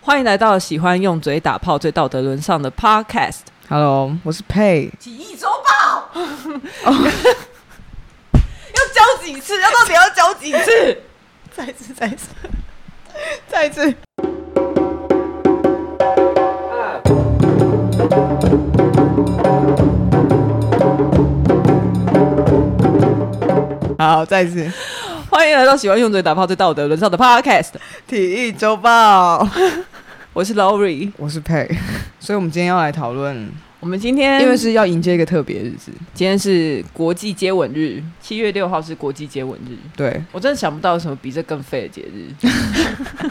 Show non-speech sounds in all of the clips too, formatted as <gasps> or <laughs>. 欢迎来到喜欢用嘴打炮、最道德沦丧的 Podcast。 Hello，我是佩。几亿周 <laughs> 报，要教几次？要到底要教几次？再一次，再一次， <laughs> 再一次。好，再一次。欢迎来到喜欢用嘴打炮、最道德沦丧的 Podcast。体育周报，我是 Lori，我是佩。所以，我们今天要来讨论，我们今天因为是要迎接一个特别日子。今天是国际接吻日，七月六号是国际接吻日。对，我真的想不到有什么比这更废的节 <laughs> 日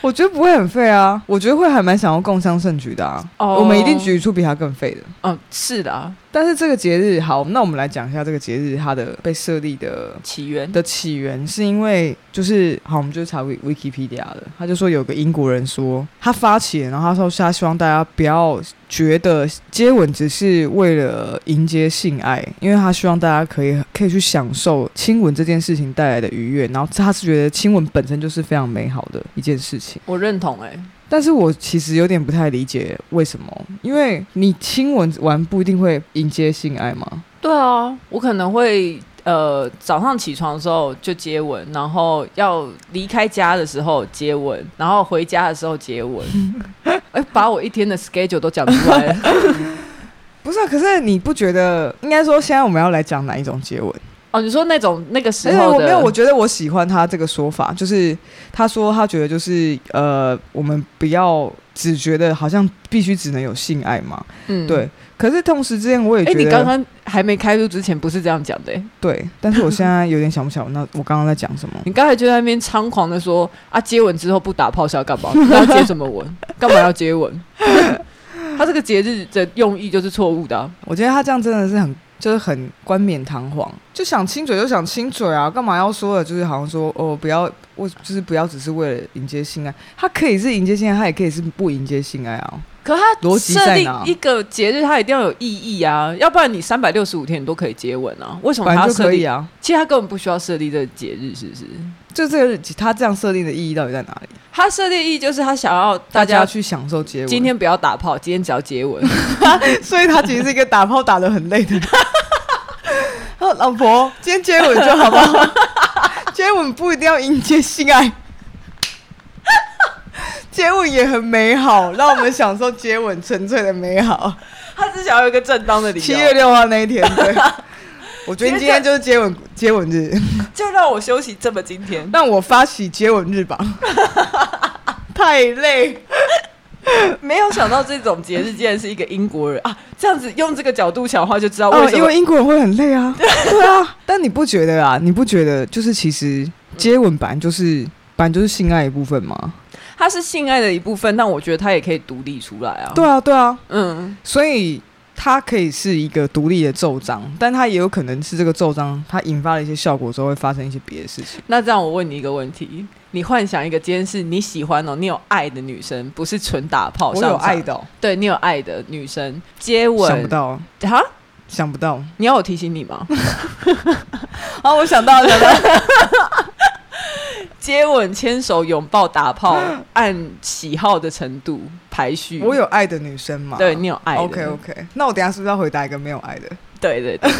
我觉得不会很废啊，我觉得会还蛮想要共襄盛举的啊。哦我们一定举出比他更废的。哦，是的、啊，但是这个节日，好，那我们来讲一下这个节日它的被设立的起源的起源，是因为就是好，我们就查 Wik Wikipedia 的，他就说有个英国人说他发起的，然后他说他希望大家不要觉得接吻只是为了迎接性爱，因为他希望大家可以可以去享受亲吻这件事情带来的愉悦，然后他是觉得亲吻本身就是非常美好的一件事情。我认同哎、但是我其实有点不太理解为什么，因为你亲吻完不一定会迎接性爱吗？对啊，我可能会呃早上起床的时候就接吻，然后要离开家的时候接吻，然后回家的时候接 <laughs> 吻。哎、把我一天的 schedule 都讲出来了。不是啊，可是你不觉得？应该说，现在我们要来讲哪一种接吻？哦，你说那种那个时而且候哎我的，没有，我觉得我喜欢他这个说法，就是呃他说他觉得就是呃，我们不要只觉得好像必须只能有性爱嘛，嗯对。可是同时之间，我也哎、觉得、你刚刚还没开录之前不是这样讲的、哎对，但是我现在有点想不起来，那我刚刚在讲什么？你刚才就在那边猖狂的说啊，接吻之后不打炮是要干嘛？你要接什么吻？干嘛要接吻？ <laughs> 他这个节日的用意就是错误的啊、我觉得他这样真的是很，就是很冠冕堂皇，就想亲嘴就想亲嘴啊，干嘛要说的？就是好像说哦，不要，我就是不要只是为了迎接性爱，他可以是迎接性爱，他也可以是不迎接性爱啊。可他逻辑设在定哪一个节日，它一定要有意义啊，要不然你三百六十五天你都可以接吻啊。为什么反他正要就设可以立？啊。其实他根本不需要设立这个节日，是不是？就这个他这样设定的意义到底在哪里？他设定意义就是他想要大大家家去享受接吻。今， <laughs> 天不要打炮，今天只要接吻。所以他其实是一个打炮打的很累的。他 <laughs> 说：“老婆，今天接吻就好不 <laughs> 好？接吻不一定要迎接性爱， <laughs> 接吻也很美好，让我们享受接吻纯粹的美 <laughs> 好。他只想要一个正当的理七由，月六号那一天， <laughs> 对，我决定今接天着就是接吻接吻 <laughs> 日，就让我休息这么今天。 <laughs> 让我发起接吻日 <laughs> 吧。太累，没有想到这种节日竟然是一个英国人啊！这样子用这个角度想的话，就知道啊为哦，什因么、为英国人会很 <laughs> 累啊，对啊。但你不觉得啊？你不觉得就是其实接吻本来就是本来就是性爱一部分吗？他是性爱的一部分，但我觉得他也可以独立出来啊。对，啊，对啊，嗯，所以。它可以是一个独立的奏章，但它也有可能是这个奏章它引发了一些效果之后会发生一些别的事情。那这样我问你一个问题：你幻想一个今天是你喜欢哦，你有爱的女生，不是纯打炮，我上有场爱，的、哦，对你有爱的女生接想不吻，到，哈？想不到。你要我提醒你 <laughs> 吗？啊，我想到了， <laughs> 接吻、牵手、拥抱、打炮， <gasps> 按喜好的程度排序。我有啊爱的女生嘛？嗯对你有爱的 OK OK，那我等一下是不是要回答一个没有爱的？对对 <laughs> 对，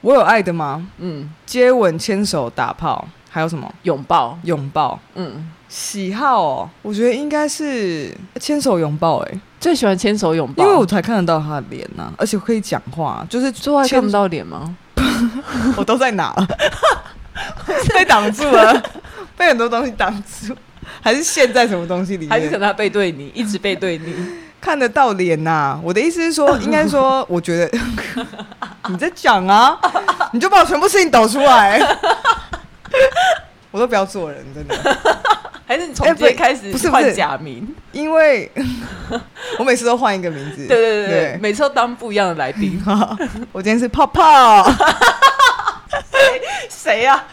我有爱的吗？嗯，接吻、牵手、打炮，还有什么？拥抱，拥抱。嗯，喜好哦，我觉得应该是牵手拥抱哎、最喜欢牵手拥抱，因为我才看得到他的脸呐、而且可以讲话，就是做爱看不牵到脸吗？我都在 <laughs> 哪了，被挡住了， <laughs> 被很多东西挡住，还是陷在什么东西里面？还是可能他背对你，一直背对你？看得到脸呐、我的意思是 <laughs> 说，应该说，我觉得 <laughs> 你在讲啊，你就把我全部事情抖出来， <laughs> 我都不要做人，真的。还是你从今天开始哎不是不是换假名？因为 <laughs> 我每次都换一个名对字。对对对，对每次都当不一样的来 <laughs> 宾，我今天是泡泡，谁啊呀？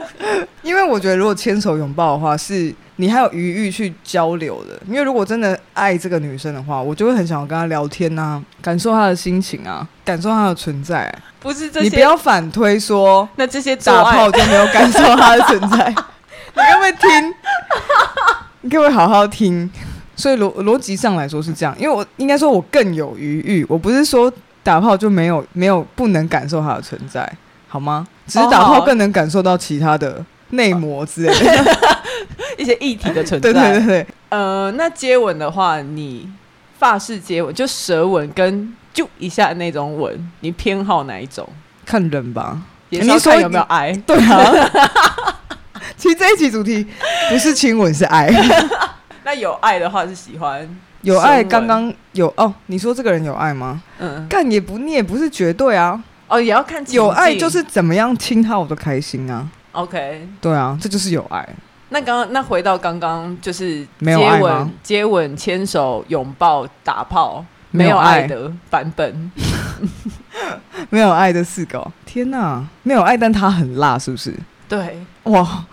<laughs> 因为我觉得如果牵手拥抱的话，是你还有余欲去交流的。因为如果真的爱这个女生的话，我就会很想跟她聊天啊，感受她的心情啊，感受她的存在。啊不是这些，你不要反推说那这些做打爱炮就没有感 <laughs> 受她的存在，你可不可以听？你可不可以好好听？所以逻逻辑上来说是这样，因为我应该说我更有余裕，我不是说打炮就没有没有不能感受它的存在，好吗？只是打哦炮好更能感受到其他的内膜之类的，一些议题的哦存在。 <laughs> 对对对对，呃，那接吻的话，你发式接吻就舌吻跟就一下那种吻，你偏好哪一种？看人吧。哎也是要你说看有没有爱。对啊， <laughs> 其实这一期主题不是亲吻 <laughs> 是爱，那有爱的话是喜欢，有爱深吻刚刚有哦，你说这个人有爱吗？嗯，干也不你也不是绝对啊，哦，也要看情境有爱就是怎么样亲他我都开心啊， OK。对啊，这就是有爱。那刚刚那回到刚刚就是没有接爱吗吻、接吻、牵手、拥抱、打炮，没有没有爱爱的版本。没有爱的四狗，天哪，没有爱，但它很辣，是不是？对，哇，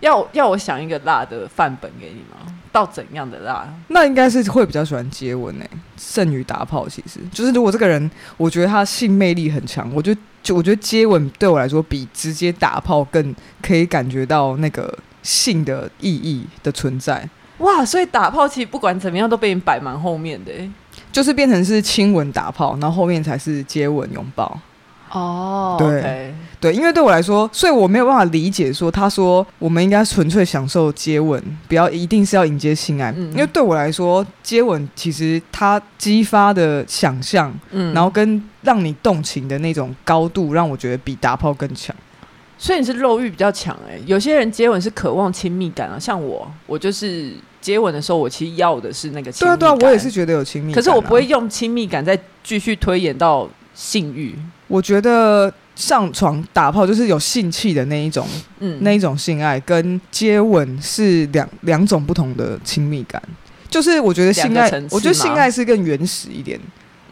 要要我想一个辣的范本给你吗？到怎样的辣？那应该是会比较喜欢接吻诶、胜于打炮。其实就是如果这个人，我觉得他性魅力很强，我就就我觉得接吻对我来说比直接打炮更可以感觉到那个性的意义的存在，哇，所以打炮其实不管怎么样都被你摆蛮后面的、欸。就是变成是亲吻打炮，然后后面才是接吻拥抱。哦对对，因为对我来说，所以我没有办法理解说他说我们应该纯粹享受接吻，不要一定是要迎接性爱，嗯因为对我来说，接吻其实它激发的想象，嗯然后跟让你动情的那种高度，让我觉得比打炮更强。所以你是肉欲比较强哎、有些人接吻是渴望亲密感啊，像我，我就是接吻的时候，我其实要的是那个亲对密啊，感。对啊，我也是觉得有亲密、可是我不会，用亲密感再继续推演到性欲。我觉得上床打炮就是有性气的那一种，嗯，那一种性爱跟接吻是两两种不同的亲密感。就是我觉得性爱两个层，次我觉得性吗爱是更原始一点。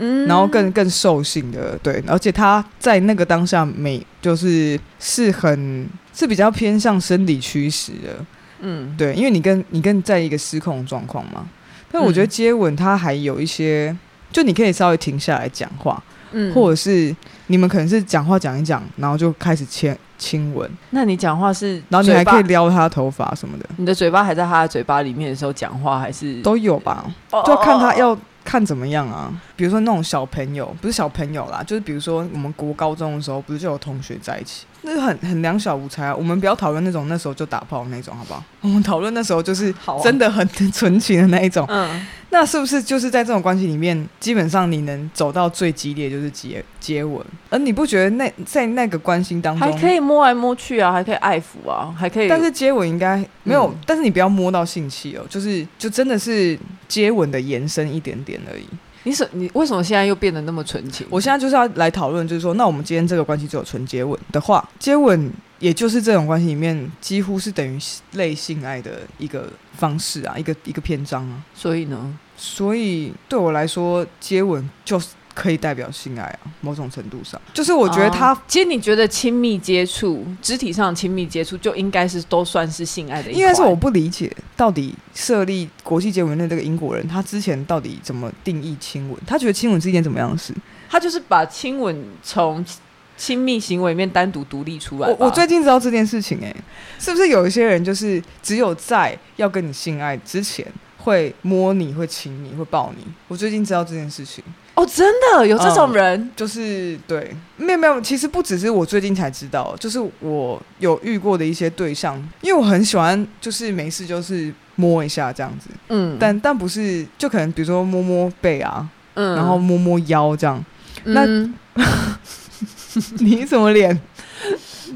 嗯然后更更兽性的，对，而且他在那个当下美就是是很是比较偏向生理驱使的，嗯对，因为你跟你更在意一个失控的状况嘛。但我觉得嗯接吻它还有一些，就你可以稍微停下来讲话，嗯或者是你们可能是讲话讲一讲，然后就开始亲亲吻，那你讲话是，然后你还可以，撩他头发什么的，你的嘴巴还在他的嘴巴里面的时候讲话，还是都有吧？ <laughs> 哦就看他哦要看怎么样啊。比如说那种小朋友，不是小朋友啦，就是比如说我们国高中的时候，不是就有同学在一起，那很很两小无猜啊。我们不要讨论那种那时候就打炮的那种，好不好？ <laughs> 我们讨论那时候就是好啊真的很纯情的那一种。 <laughs> 哦嗯那是不是就是在这种关系里面，基本上你能走到最激烈就是接接吻？而你不觉得那在那个关系当还中，可以摸来摸去啊，还可以爱抚啊，还可以，但是接吻应该没有，嗯但是你不要摸到性器哦，就是就真的是接吻的延伸一点点而已。你什你为什么现在又变得那么纯情？我现在就是要来讨论，就是说，那我们今天这个关系只有纯接吻的话，接吻也就是这种关系里面几乎是等于类性爱的一个方式啊，一个一个篇章啊。所以呢，所以对我来说，接吻就是可以代表性爱啊，某种程度上，就是我觉得它、哦其实你觉得亲密接触、肢体上的亲密接触就应该是都算是性爱的一环，应该是我不理解到底设立国际接吻的这个英国人，他之前到底怎么定义亲吻？他觉得亲吻是一件怎么样的事？他就是把亲吻从亲密行为里面单独独立出来吧。我我最近知道这件事情、欸，是不是有一些人就是只有在要跟你性爱之前会摸你、会亲你、会抱你？我最近知道这件事情，哦，真的有这嗯种人，就是对，没有没有，其实不只是我最近才知道，就是我有遇过的一些对象，因为我很喜欢，就是没事就是摸一下这样子，嗯，但但不是，就可能比如说摸摸背啊，嗯然后摸摸腰这样。 <laughs> 那嗯你怎么脸？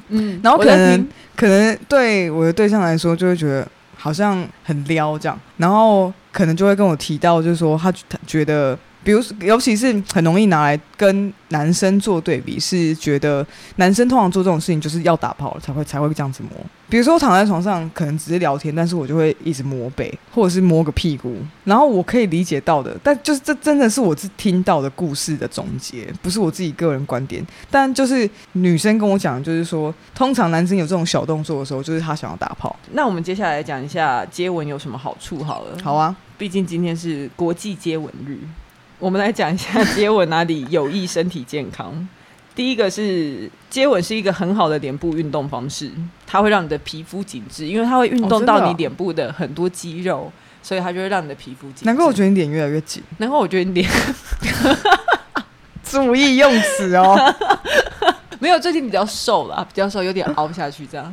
嗯然后我可在能听可能对我的对象来说，就会觉得好像很撩这样，然后可能就会跟我提到，就是说他他觉得，比如尤其是很容易拿来跟男生做对比，是觉得男生通常做这种事情就是要打炮了才会才会这样子摸。比如说我躺在床上，可能只是聊天，但是我就会一直摸背，或者是摸个屁股，然后我可以理解到的，但就是这真的是我自听到的故事的总结，不是我自己个人观点。但就是女生跟我讲，就是说，通常男生有这种小动作的时候，就是他想要打炮。那我们接下来讲一下接吻有什么好处好了。好啊，毕竟今天是国际接吻日，我们来讲一下接吻哪里有益身体健康。 <laughs> 第一个是接吻是一个很好的脸部运动方式，它会让你的皮肤紧致，因为它会运哦动真的到哦你脸部的很多肌肉，所以它就会让你的皮肤紧。难怪我觉得你脸越来越紧，得，难怪我觉得你脸 <laughs> 注意用 <laughs> 词哦。没有最近比较瘦了，比较瘦，有点凹下去这 <laughs> 样。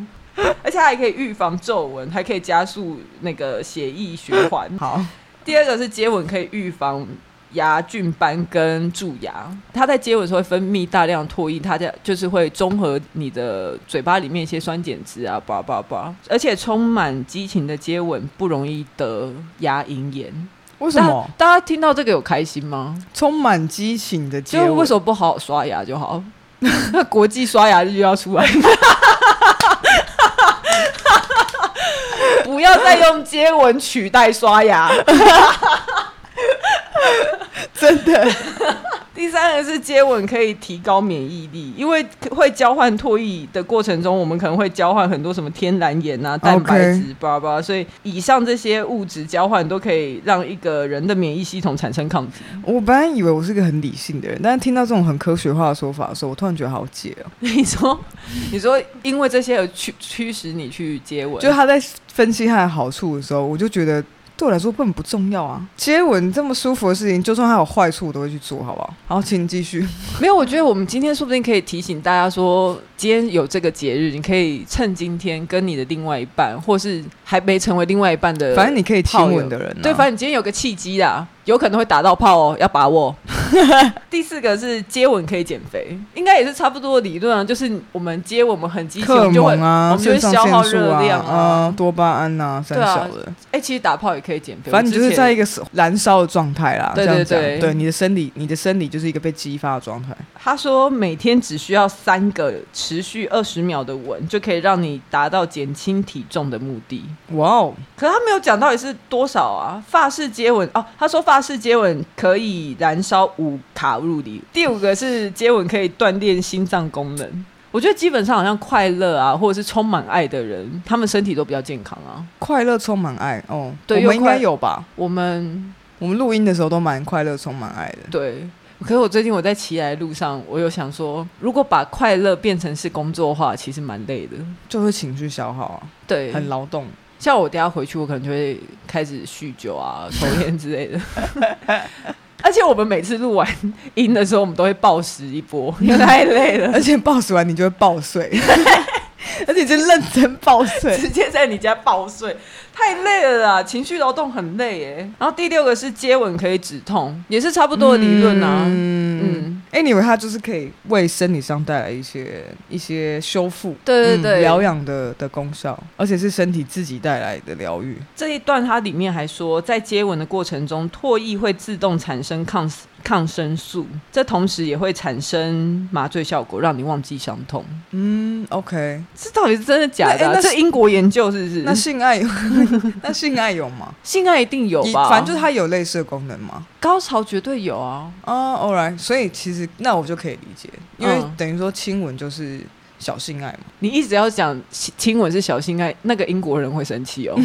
而且它还可以预防皱纹，还可以加速那个血液循环。 <laughs> 好，第二个是接吻可以预防牙菌斑跟蛀牙，它在接吻的时候会分泌大量唾液，它在就是会中和你的嘴巴里面一些酸碱值啊，叭叭叭。而且充满激情的接吻不容易得牙龈炎。为什么大家听到这个有开心吗？充满激情的接就吻？是为什么不好好刷牙就好？ <laughs> 那国际刷牙日就要 <laughs> 出来，不要再用接吻取代刷牙。真的？ <laughs> 第三个是接吻可以提高免疫力，因为会交换唾液的过程中，我们可能会交换很多什么天然盐啊、蛋白质、巴拉巴拉，所以以上这些物质交换都可以让一个人的免疫系统产生抗体。我本来以为我是个很理性的人，但是听到这种很科学化的说法的时候，我突然觉得好解哦。 <laughs> 你说，你说，因为这些而驱驱使你去接吻，就他在分析他的好处的时候，我就觉得对我来说根本不重要嗯啊。接吻这么舒服的事情，就算它有坏处，我都会去做，好不好？好，请继续。没有，我觉得我们今天说不定可以提醒大家说，今天有这个节日，你可以趁今天跟你的另外一半，或是还没成为另外一半的，反正你可以亲呃炮友吻的人、啊，对，反正你今天有个契机啦，有可能会打到炮哦，要把握。第四个是接吻可以减肥，应该也是差不多的理论啊，就是我们接吻，我们很激情，荷我尔们就会，蒙哎、啊，我们就会肾上消耗腺素热量啊啊，嗯多巴胺啊，三对啊小的，其实打炮也可以减肥。反正你就我是之前在一个是燃烧的状态啦。对这样对讲对对，你的生理，你的生理就是一个被激发的状态。他说每天只需要三个持续二十秒的吻，就可以让你达到减轻体重的目的。哇哦，可是他没有讲到底是多少啊？法式接吻哦，他说法式接吻可以燃烧五卡路里。第五个是接吻可以锻炼心脏功能。我觉得基本上好像快乐啊，或者是充满爱的人，他们身体都比较健康啊。快乐充满爱哦，对我们又应快该有吧？我们我们录音的时候都蛮快乐充满爱的。对，可是我最近我在骑来的路上，我有想说，如果把快乐变成是工作的话，其实蛮累的。就会情绪消耗啊，对，很劳动。 <laughs> 像我等一下回去，我可能就会开始酗酒啊、 <laughs> 抽烟之类的。而且我们每次录完音的时候，我们都会暴食一波，因为太累了而，且暴食完你就会爆睡， <laughs> <laughs> 而且是认真爆睡。直接在你家暴睡，太累了啦，情绪劳动很累耶。然后第六个是接吻可以止痛，也是差不多的理论啊。嗯嗯， ，anyway，它就是可以为生理上带来一些一些修复。对对对，疗养的的功效，而且是身体自己带来的疗愈。这一段它里面还说，在接吻的过程中，唾液会自动产生抗抗生素，这同时也会产生麻醉效果，让你忘记伤痛。嗯，OK。这到底是真的假的、那啊？诶那是这英国研究是不是？那性爱有， <laughs> 那性爱有吗？性爱一定有以吧？反正就是它有类似的功能嘛。高潮绝对有啊。啊、a l right。所以其实那我就可以理解，因为嗯等于说亲吻就是小性爱嘛，你一直要讲亲亲吻是小性爱，那个英国人会生 <laughs> 气哦。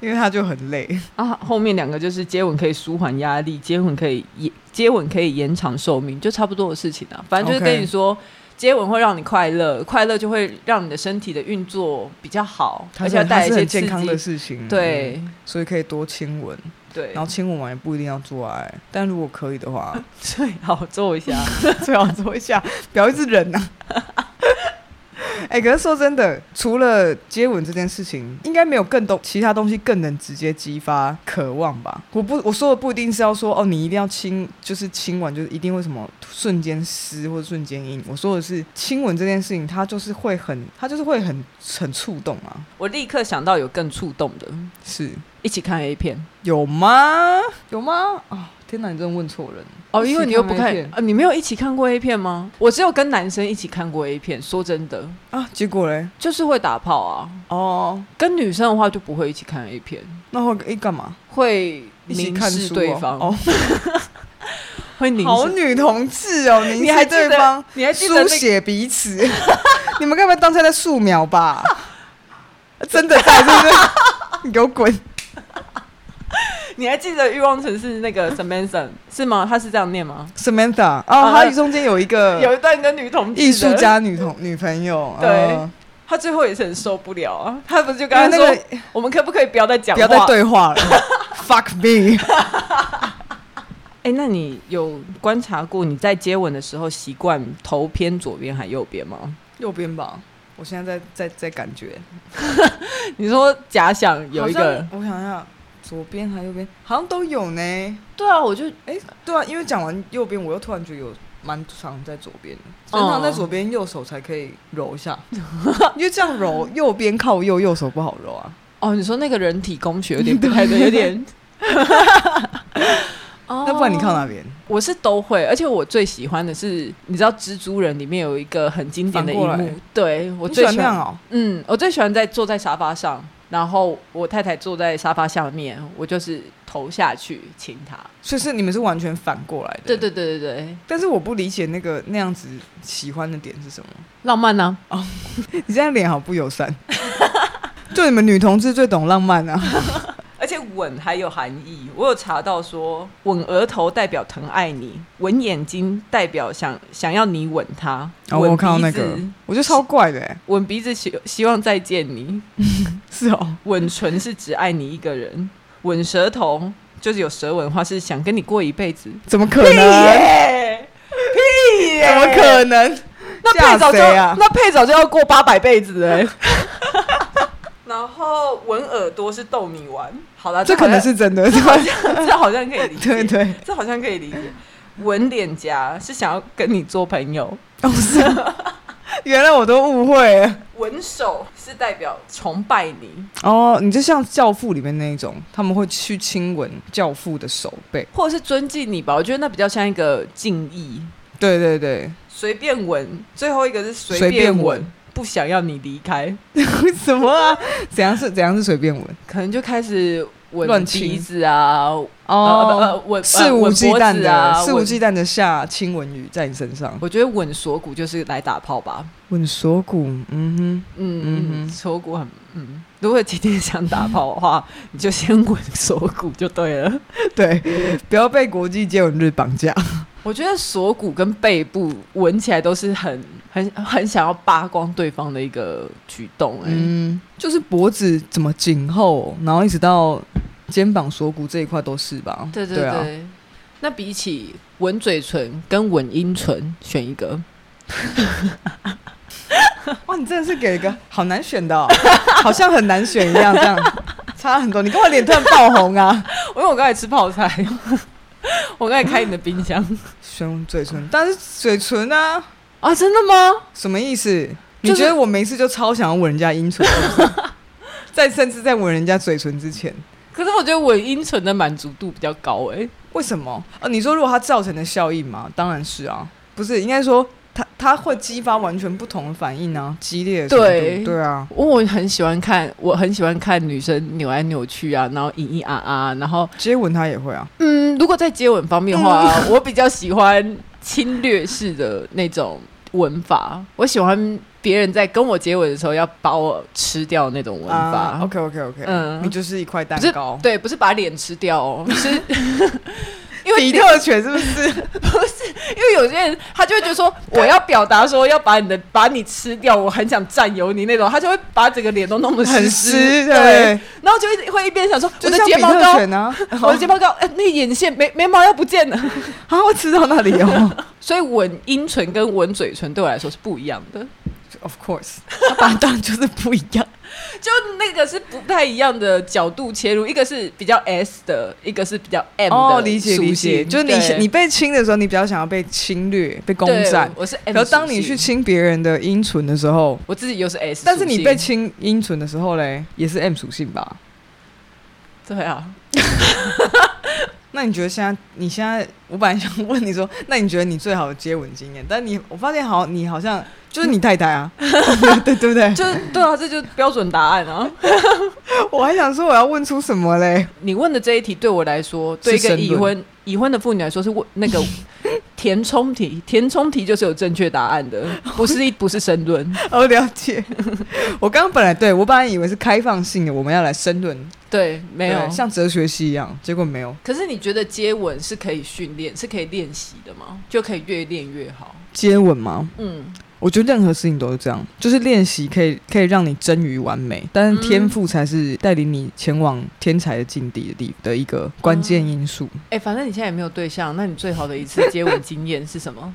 因为它就很 <laughs> 累。啊，后面两个就是接吻可以舒缓压力，接吻可以延接吻可以延长寿命，就差不多的事情啊。反正就是 OK 跟你说。接吻会让你快乐，快乐就会让你的身体的运作比较好，它而是且要带来它一是些很刺健康的激。事情，对嗯，所以可以多亲吻，对，然后亲吻完也不一定要做爱，但如果可以的话，最好做一下。 <laughs> 最好做一下，不要一直忍呐、啊。 <laughs> 哎、可是说真的，除了接吻这件事情，应该没有更多其他东西更能直接激发渴望吧？我不我说的不一定是要说哦，你一定要亲，就是亲完就是一定会什么瞬间湿或者瞬间硬。我说的是亲吻这件事情，它就是会很，它就是会很很触动啊。 <laughs> 我立刻想到有更触动的，是，一起看 A 片。有吗？有吗？啊、天哪，你真的问错人了哦，因为你又不一起看看 A 片呃，你没有一起看过 A 片吗？我只有跟男生一起看过 A 片。说真的，啊！结果嘞？就是会打炮啊。哦，跟女生的话就不会一起看 A 片，那会诶干嘛？会一起凝看视书、哦、对方，哦，会凝好视。女同志哦，<laughs> 凝你还视记对得方，？你还记得书那个？写彼此， <laughs> 你们该不会当下在素描吧？ <laughs> 真的在是不是？ <laughs> 你给我滚！你还记得《欲望城市》那个 Samantha <laughs> 是吗？他是这样念吗？ Samantha，哦，啊她中间有一个有一段跟女同志的呃艺术，家女同女朋友，对呃他最后也是很受不了啊。他不是就因跟为他那说，个我们可不可以不要再讲不话？ <laughs> 要再对话了， fuck me，哎、那你有观察过你在接吻的时候习惯头偏左边还右边吗？右边吧。我现在在在在感觉你说假想有一个好像，我想一下，左边还右边好像都有呢。对啊，我就对啊，因为讲完右边，我又突然觉得有蛮常在左边的，常常在左边，右手才可以揉一 <laughs> 下，因为这样揉右边靠右，右手不好揉啊。哦，你说那个人体工学有点不太对，有 <laughs> 点。哦那不然你靠？啊哪边？我是都会，而且我最喜欢的是，你知道蜘蛛人里面有一个很经典的一反过幕来，对我我最最喜喜欢那欢样，哦，嗯，我最喜欢在坐在沙发上，然后我太太坐在沙发下面，我就是头下去亲她。所以是你们是完全反过来的。对。对对对对，但是我不理解那个那样子喜欢的点是什么。浪漫啊呢、你现在脸好不友善， <laughs> 就你们女同志最懂浪漫啊。 <laughs> 而且吻还有含义，我有查到说，吻额头代表疼爱你，吻眼睛代表想想要你吻他，哦，吻我看到鼻那个子，我觉得超怪的、欸。吻鼻子希希望再见你，是哦，吻唇是只爱你一个人，吻舌头就是有舌吻的话是想跟你过一辈子。怎么可屁能？耶！屁耶！怎么可能？那吓配早就、谁啊那配早就要过八百辈子哎、 <laughs> 然后吻耳朵是逗你玩，好了，这可能是 <laughs> 真的。这 <laughs> 好像这好像可以理解，对对，这好像可以理解。吻脸颊是想要跟你做朋友，哦是哦，原来我都误会了。吻手是代表崇拜你，哦，你就像《教父》里面那一种，他们会去亲吻教父的手背。或者是尊敬你吧。我觉得那比较像一个敬意。对对对，随便吻，最后一个是随随便便吻吻，不想要你离开，什么啊？怎样是怎样是随便吻？可能就开始乱吻亲鼻子啊，呃呃哦，呃吻啊肆无忌惮的，肆无忌惮。惮的下亲吻语在你身上。我觉得吻锁骨就是来打炮吧。吻锁骨，嗯嗯嗯嗯，哼锁骨很嗯。如果今天想打炮的话，你就先 <laughs> 吻锁骨就对了。哼， <laughs> 对，不要被国际接吻日绑架。我觉得锁骨跟背部闻起来都是很 <laughs> 很很想要扒光对方的一个举动、哎、嗯，就是脖子怎么颈后，然后一直到肩膀锁骨这一块都是吧？对对对对。啊，那比起吻嘴唇跟吻阴唇，选一个。哇，你真的是给一个好难选的、哦， <laughs> 好像很难选一样，这样差很多。你干嘛脸突然爆红啊？因为我刚才吃泡菜， <laughs> 我刚才开你的冰箱选嘴唇，但是嘴唇啊， <laughs> 啊，真的吗？什么意思？你就是觉得我每次就超想要吻人家阴唇，是不 <laughs> 是在甚至在吻人家嘴唇之前，可是我觉得吻阴唇的满足度比较高哎、为什么？呃，你说如果它造成的效应嘛，当然是啊，不是应该说它它会激发完全不同的反应啊，激烈的程度对对啊，哦我很喜欢看，我很喜欢看女生扭来扭去啊，然后咿咿啊啊，然后接吻它也会啊，嗯，如果在接吻方面的话，<laughs> 嗯我比较喜欢侵略式的那种吻法，我喜欢别人在跟我接吻的时候要把我吃掉那种吻法。啊 OK OK OK，嗯你就是一块蛋不是糕，对，不是把脸吃掉 <laughs> 哦，是因为比因特犬是不是？为有些人他就会觉得说，我要表达说要把你的把你吃掉，我很想占有你那种，他就会把整个脸都弄得很湿，湿，对，然后就一直会一边想说，我就的像睫比毛特膏，犬啊，我的睫毛膏，哎、那眼线眉眉毛要不见了。 <laughs> 啊，我吃到那里哦所以吻阴唇跟吻嘴唇对我来说是不一样 <laughs> 的， <laughs> ，Of <laughs> course，它把它当然就是不一样，就那个是不太一样的角度切入，一个是比较 S 的，一个是比较 M 的哦，理解属理性解，就是对你你被亲的时候，你比较想要被侵略、被攻对占，我是 M，然后当你属去性，亲别人的阴唇的时候，我自己又是 S，但是你属性被亲阴唇的时候嘞，也是 M 属性吧？ <laughs> 对啊，那你觉得现在，你现在，我本来想问你说，那你觉得你最好的接吻经验？但你我发现好，你好像就是你太太啊， <laughs> 对对不对？就是对啊，这就是标准答案啊。我还想说我要问出什么嘞？你问的这一题对我来说，对一申个论已婚已婚的妇女来说是问 <laughs> 那个填充题，填充题就是有正确答案的，不是一不是申论。 <laughs> 哦，了解。我刚刚本来对我本来以为是开放性的，我们要来申论，对，没有对。像哲学系一样，结果没有。可是你觉得接吻是可以训练，是可以练习的吗？就可以越练越好？接吻吗？嗯，我觉得任何事情都是这样，就是练习可以可以让你臻于完美，但是天赋才是带领你前往天才的境地的地的一个关键因素。哎、反正你现在也没有对象，那你最好的一次接吻经验是什么？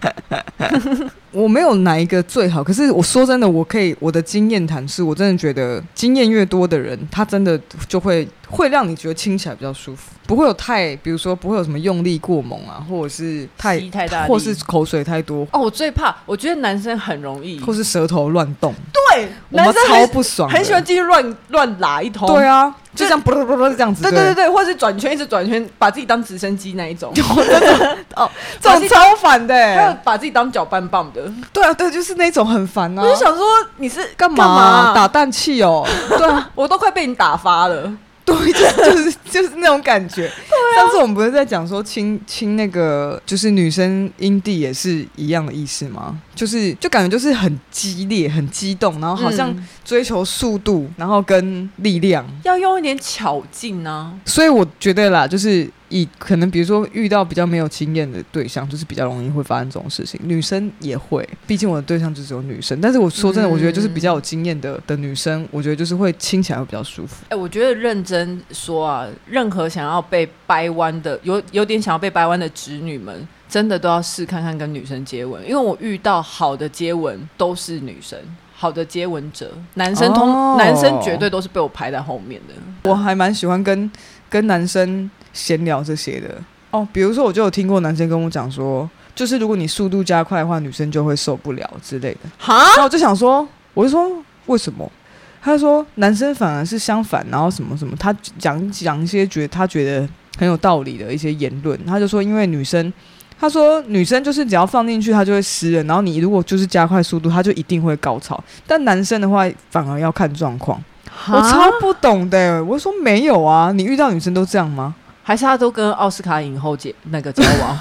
我没有哪一个最好，可是我说真的，我可以我的经验谈是我真的觉得经验越多的人，他真的就会会让你觉得亲起来比较舒服，不会有太比如说不会有什么用力过猛啊，或者是 <laughs> 太吸太大力，或是口水太多，哦，我最怕，我觉得男生很容易，或是舌头乱动，对，我嗯男们生超很不爽的，很喜欢进去乱乱拉一通，对啊，就就这样不不不这样子，对对对对，或是转圈一直转圈，把自己当直升机那一 <laughs> 种， <laughs> 这种超烦哦的、还有把自己当搅拌棒的。对啊对，就是那种很烦啊我就。想说你是干嘛、干嘛打氮气哦？ <laughs> 对啊，我都快被你打发了。对，就是就是就是那种感觉。啊上次我们不是在讲说亲亲那个，就是女生阴蒂也是一样的意思吗？就是就感觉就是很激烈、很激动，然后哦好像嗯追求速度，然后跟力量。要用一点巧劲啊呢、所以我觉得啦，就是以可能比如说遇到比较没有经验的对象，就是比较容易会发生这种事情。女生也会，毕竟我的对象就只有女生。但是我说真的，嗯我觉得就是比较有经验的的女生，我觉得就是会亲起来会比较舒服。哎、我觉得认真说啊，任何想要被掰弯的，有有点想要被掰弯的直女们，真的都要试看看跟女生接吻，因为我遇到好的接吻都是女生。好的接吻者，男生通、哦男生绝对都是被我排在后面的。我还蛮喜欢跟跟男生闲聊这些的哦，比如说我就有听过男生跟我讲说，就是如果你速度加快的话，女生就会受不了之类的。哈， <laughs> 然后我就想说，我就说为什么？他就说男生反而是相反，然后什么什么，他讲讲一些觉得他觉得很有道理的一些言论，他就说因为女生。他说：“女生就是只要放进去，她就会湿了。然后你如果就是加快速度，她就一定会高潮。但男生的话，反而要看状况。啊我超不懂的、我说没有啊，你遇到女生都这样吗？还是他都跟奥斯卡影后结那个交往，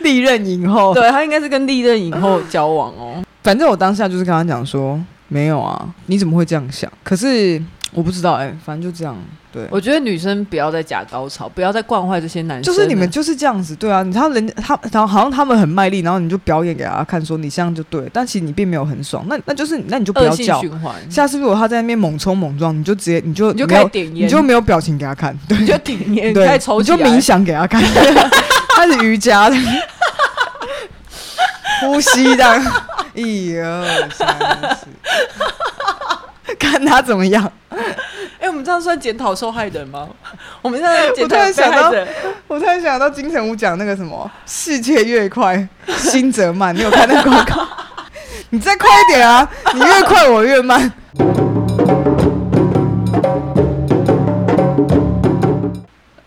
历任影 <laughs> 后，对他应该是跟历任影后交往哦。反正我当下就是跟他讲说没有啊，你怎么会这样想？可是我不知道哎、反正就这样。对，我觉得女生不要再假高潮，不要再惯坏这些男生了。就是你们就是这样子，对啊，你他人家他他好像他们很卖力，然后你就表演给他看，说你这样就对了，但其实你并没有很爽，那那就是那你就不恶要性叫。循环，下次如果他在那边猛冲猛撞，你就直接你就 <laughs> 你就没开有始点烟，你就没有表情给他看，对你就点烟，对，开始抽你起就来，冥想给他看，他是瑜伽的，呼吸的， <laughs> 一二三四， <laughs> 看他怎么样。哎、我们这样算检讨受害人吗？ <laughs> 我们这样算检讨我突然被想到害人，我突然想到金城武讲那个什么“世界越快，心则慢”，你有看那个广告？ <laughs> 你再快一点啊！你越快，我越慢。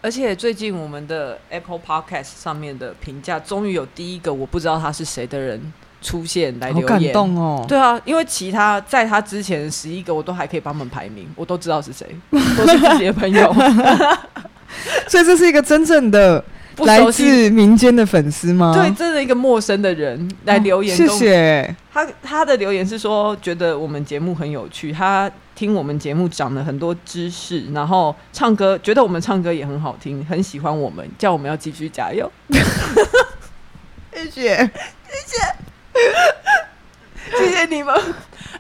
而且最近我们的 Apple Podcast 上面的评价，终于有第一个我不知道他是谁的人出现来好留感言。动哦！对啊，因为其他在他之前十一个我都还可以帮他们排名，我都知道是谁，都是自己的朋 <laughs> 友，所以这是一个真正的不来熟悉。自民间的粉丝吗？对，真的一个陌生的人来留言、哦谢。谢。他他的留言是说，觉得我们节目很有趣，他听我们节目长了很多知识，然后唱歌，觉得我们唱歌也很好听，很喜欢我们，叫我们要继续加油。谢谢。谢谢你们，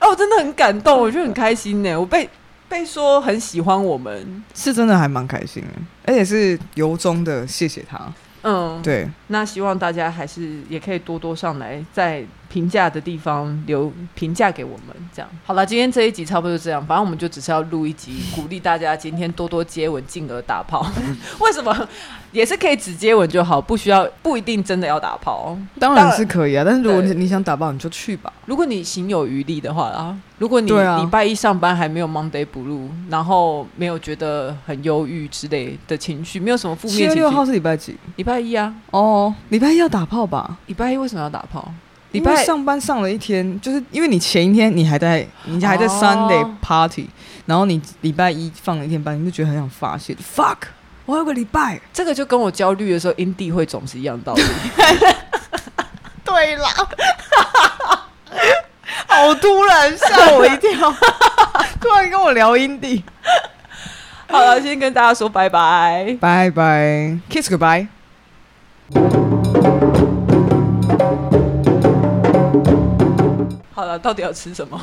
哦，我真的很感动，我觉得很开心呢，我被被说很喜欢我们，是真的还蛮开心的，而且是由衷的谢谢他。嗯，对，那希望大家还是也可以多多上来，在评价的地方留评价给我们，这样好了。今天这一集差不多就这样，反正我们就只是要录一集，鼓励大家今天多多接吻，进而打 <laughs> 炮。为什么也是可以只接吻就好，不需要不一定真的要打炮。当然然是可以啊，但是如果对你你想打包，你就去吧。如果你行有余力的话啦，如果你对啊礼拜一上班还没有 Monday Blue，然后没有觉得很忧郁之类的情绪，没有什么负七面月情六号绪，是礼拜几？礼拜一啊，哦，礼拜一要打炮吧？礼拜一为什么要打炮？礼礼拜拜上班上了一天，就是因为你前一天你还在，你还在哦 Sunday party，、然后你礼拜一放了一天班，你就觉得很想发泄。Fuck，我还有个礼拜。这个就跟我焦虑的时候阴蒂会肿是一样的道理。对 <laughs> 啦，好突然，吓我一跳， <laughs> 突然跟我聊阴蒂。好了，先跟大家说拜拜。拜拜，kiss goodbye。到底要吃什么？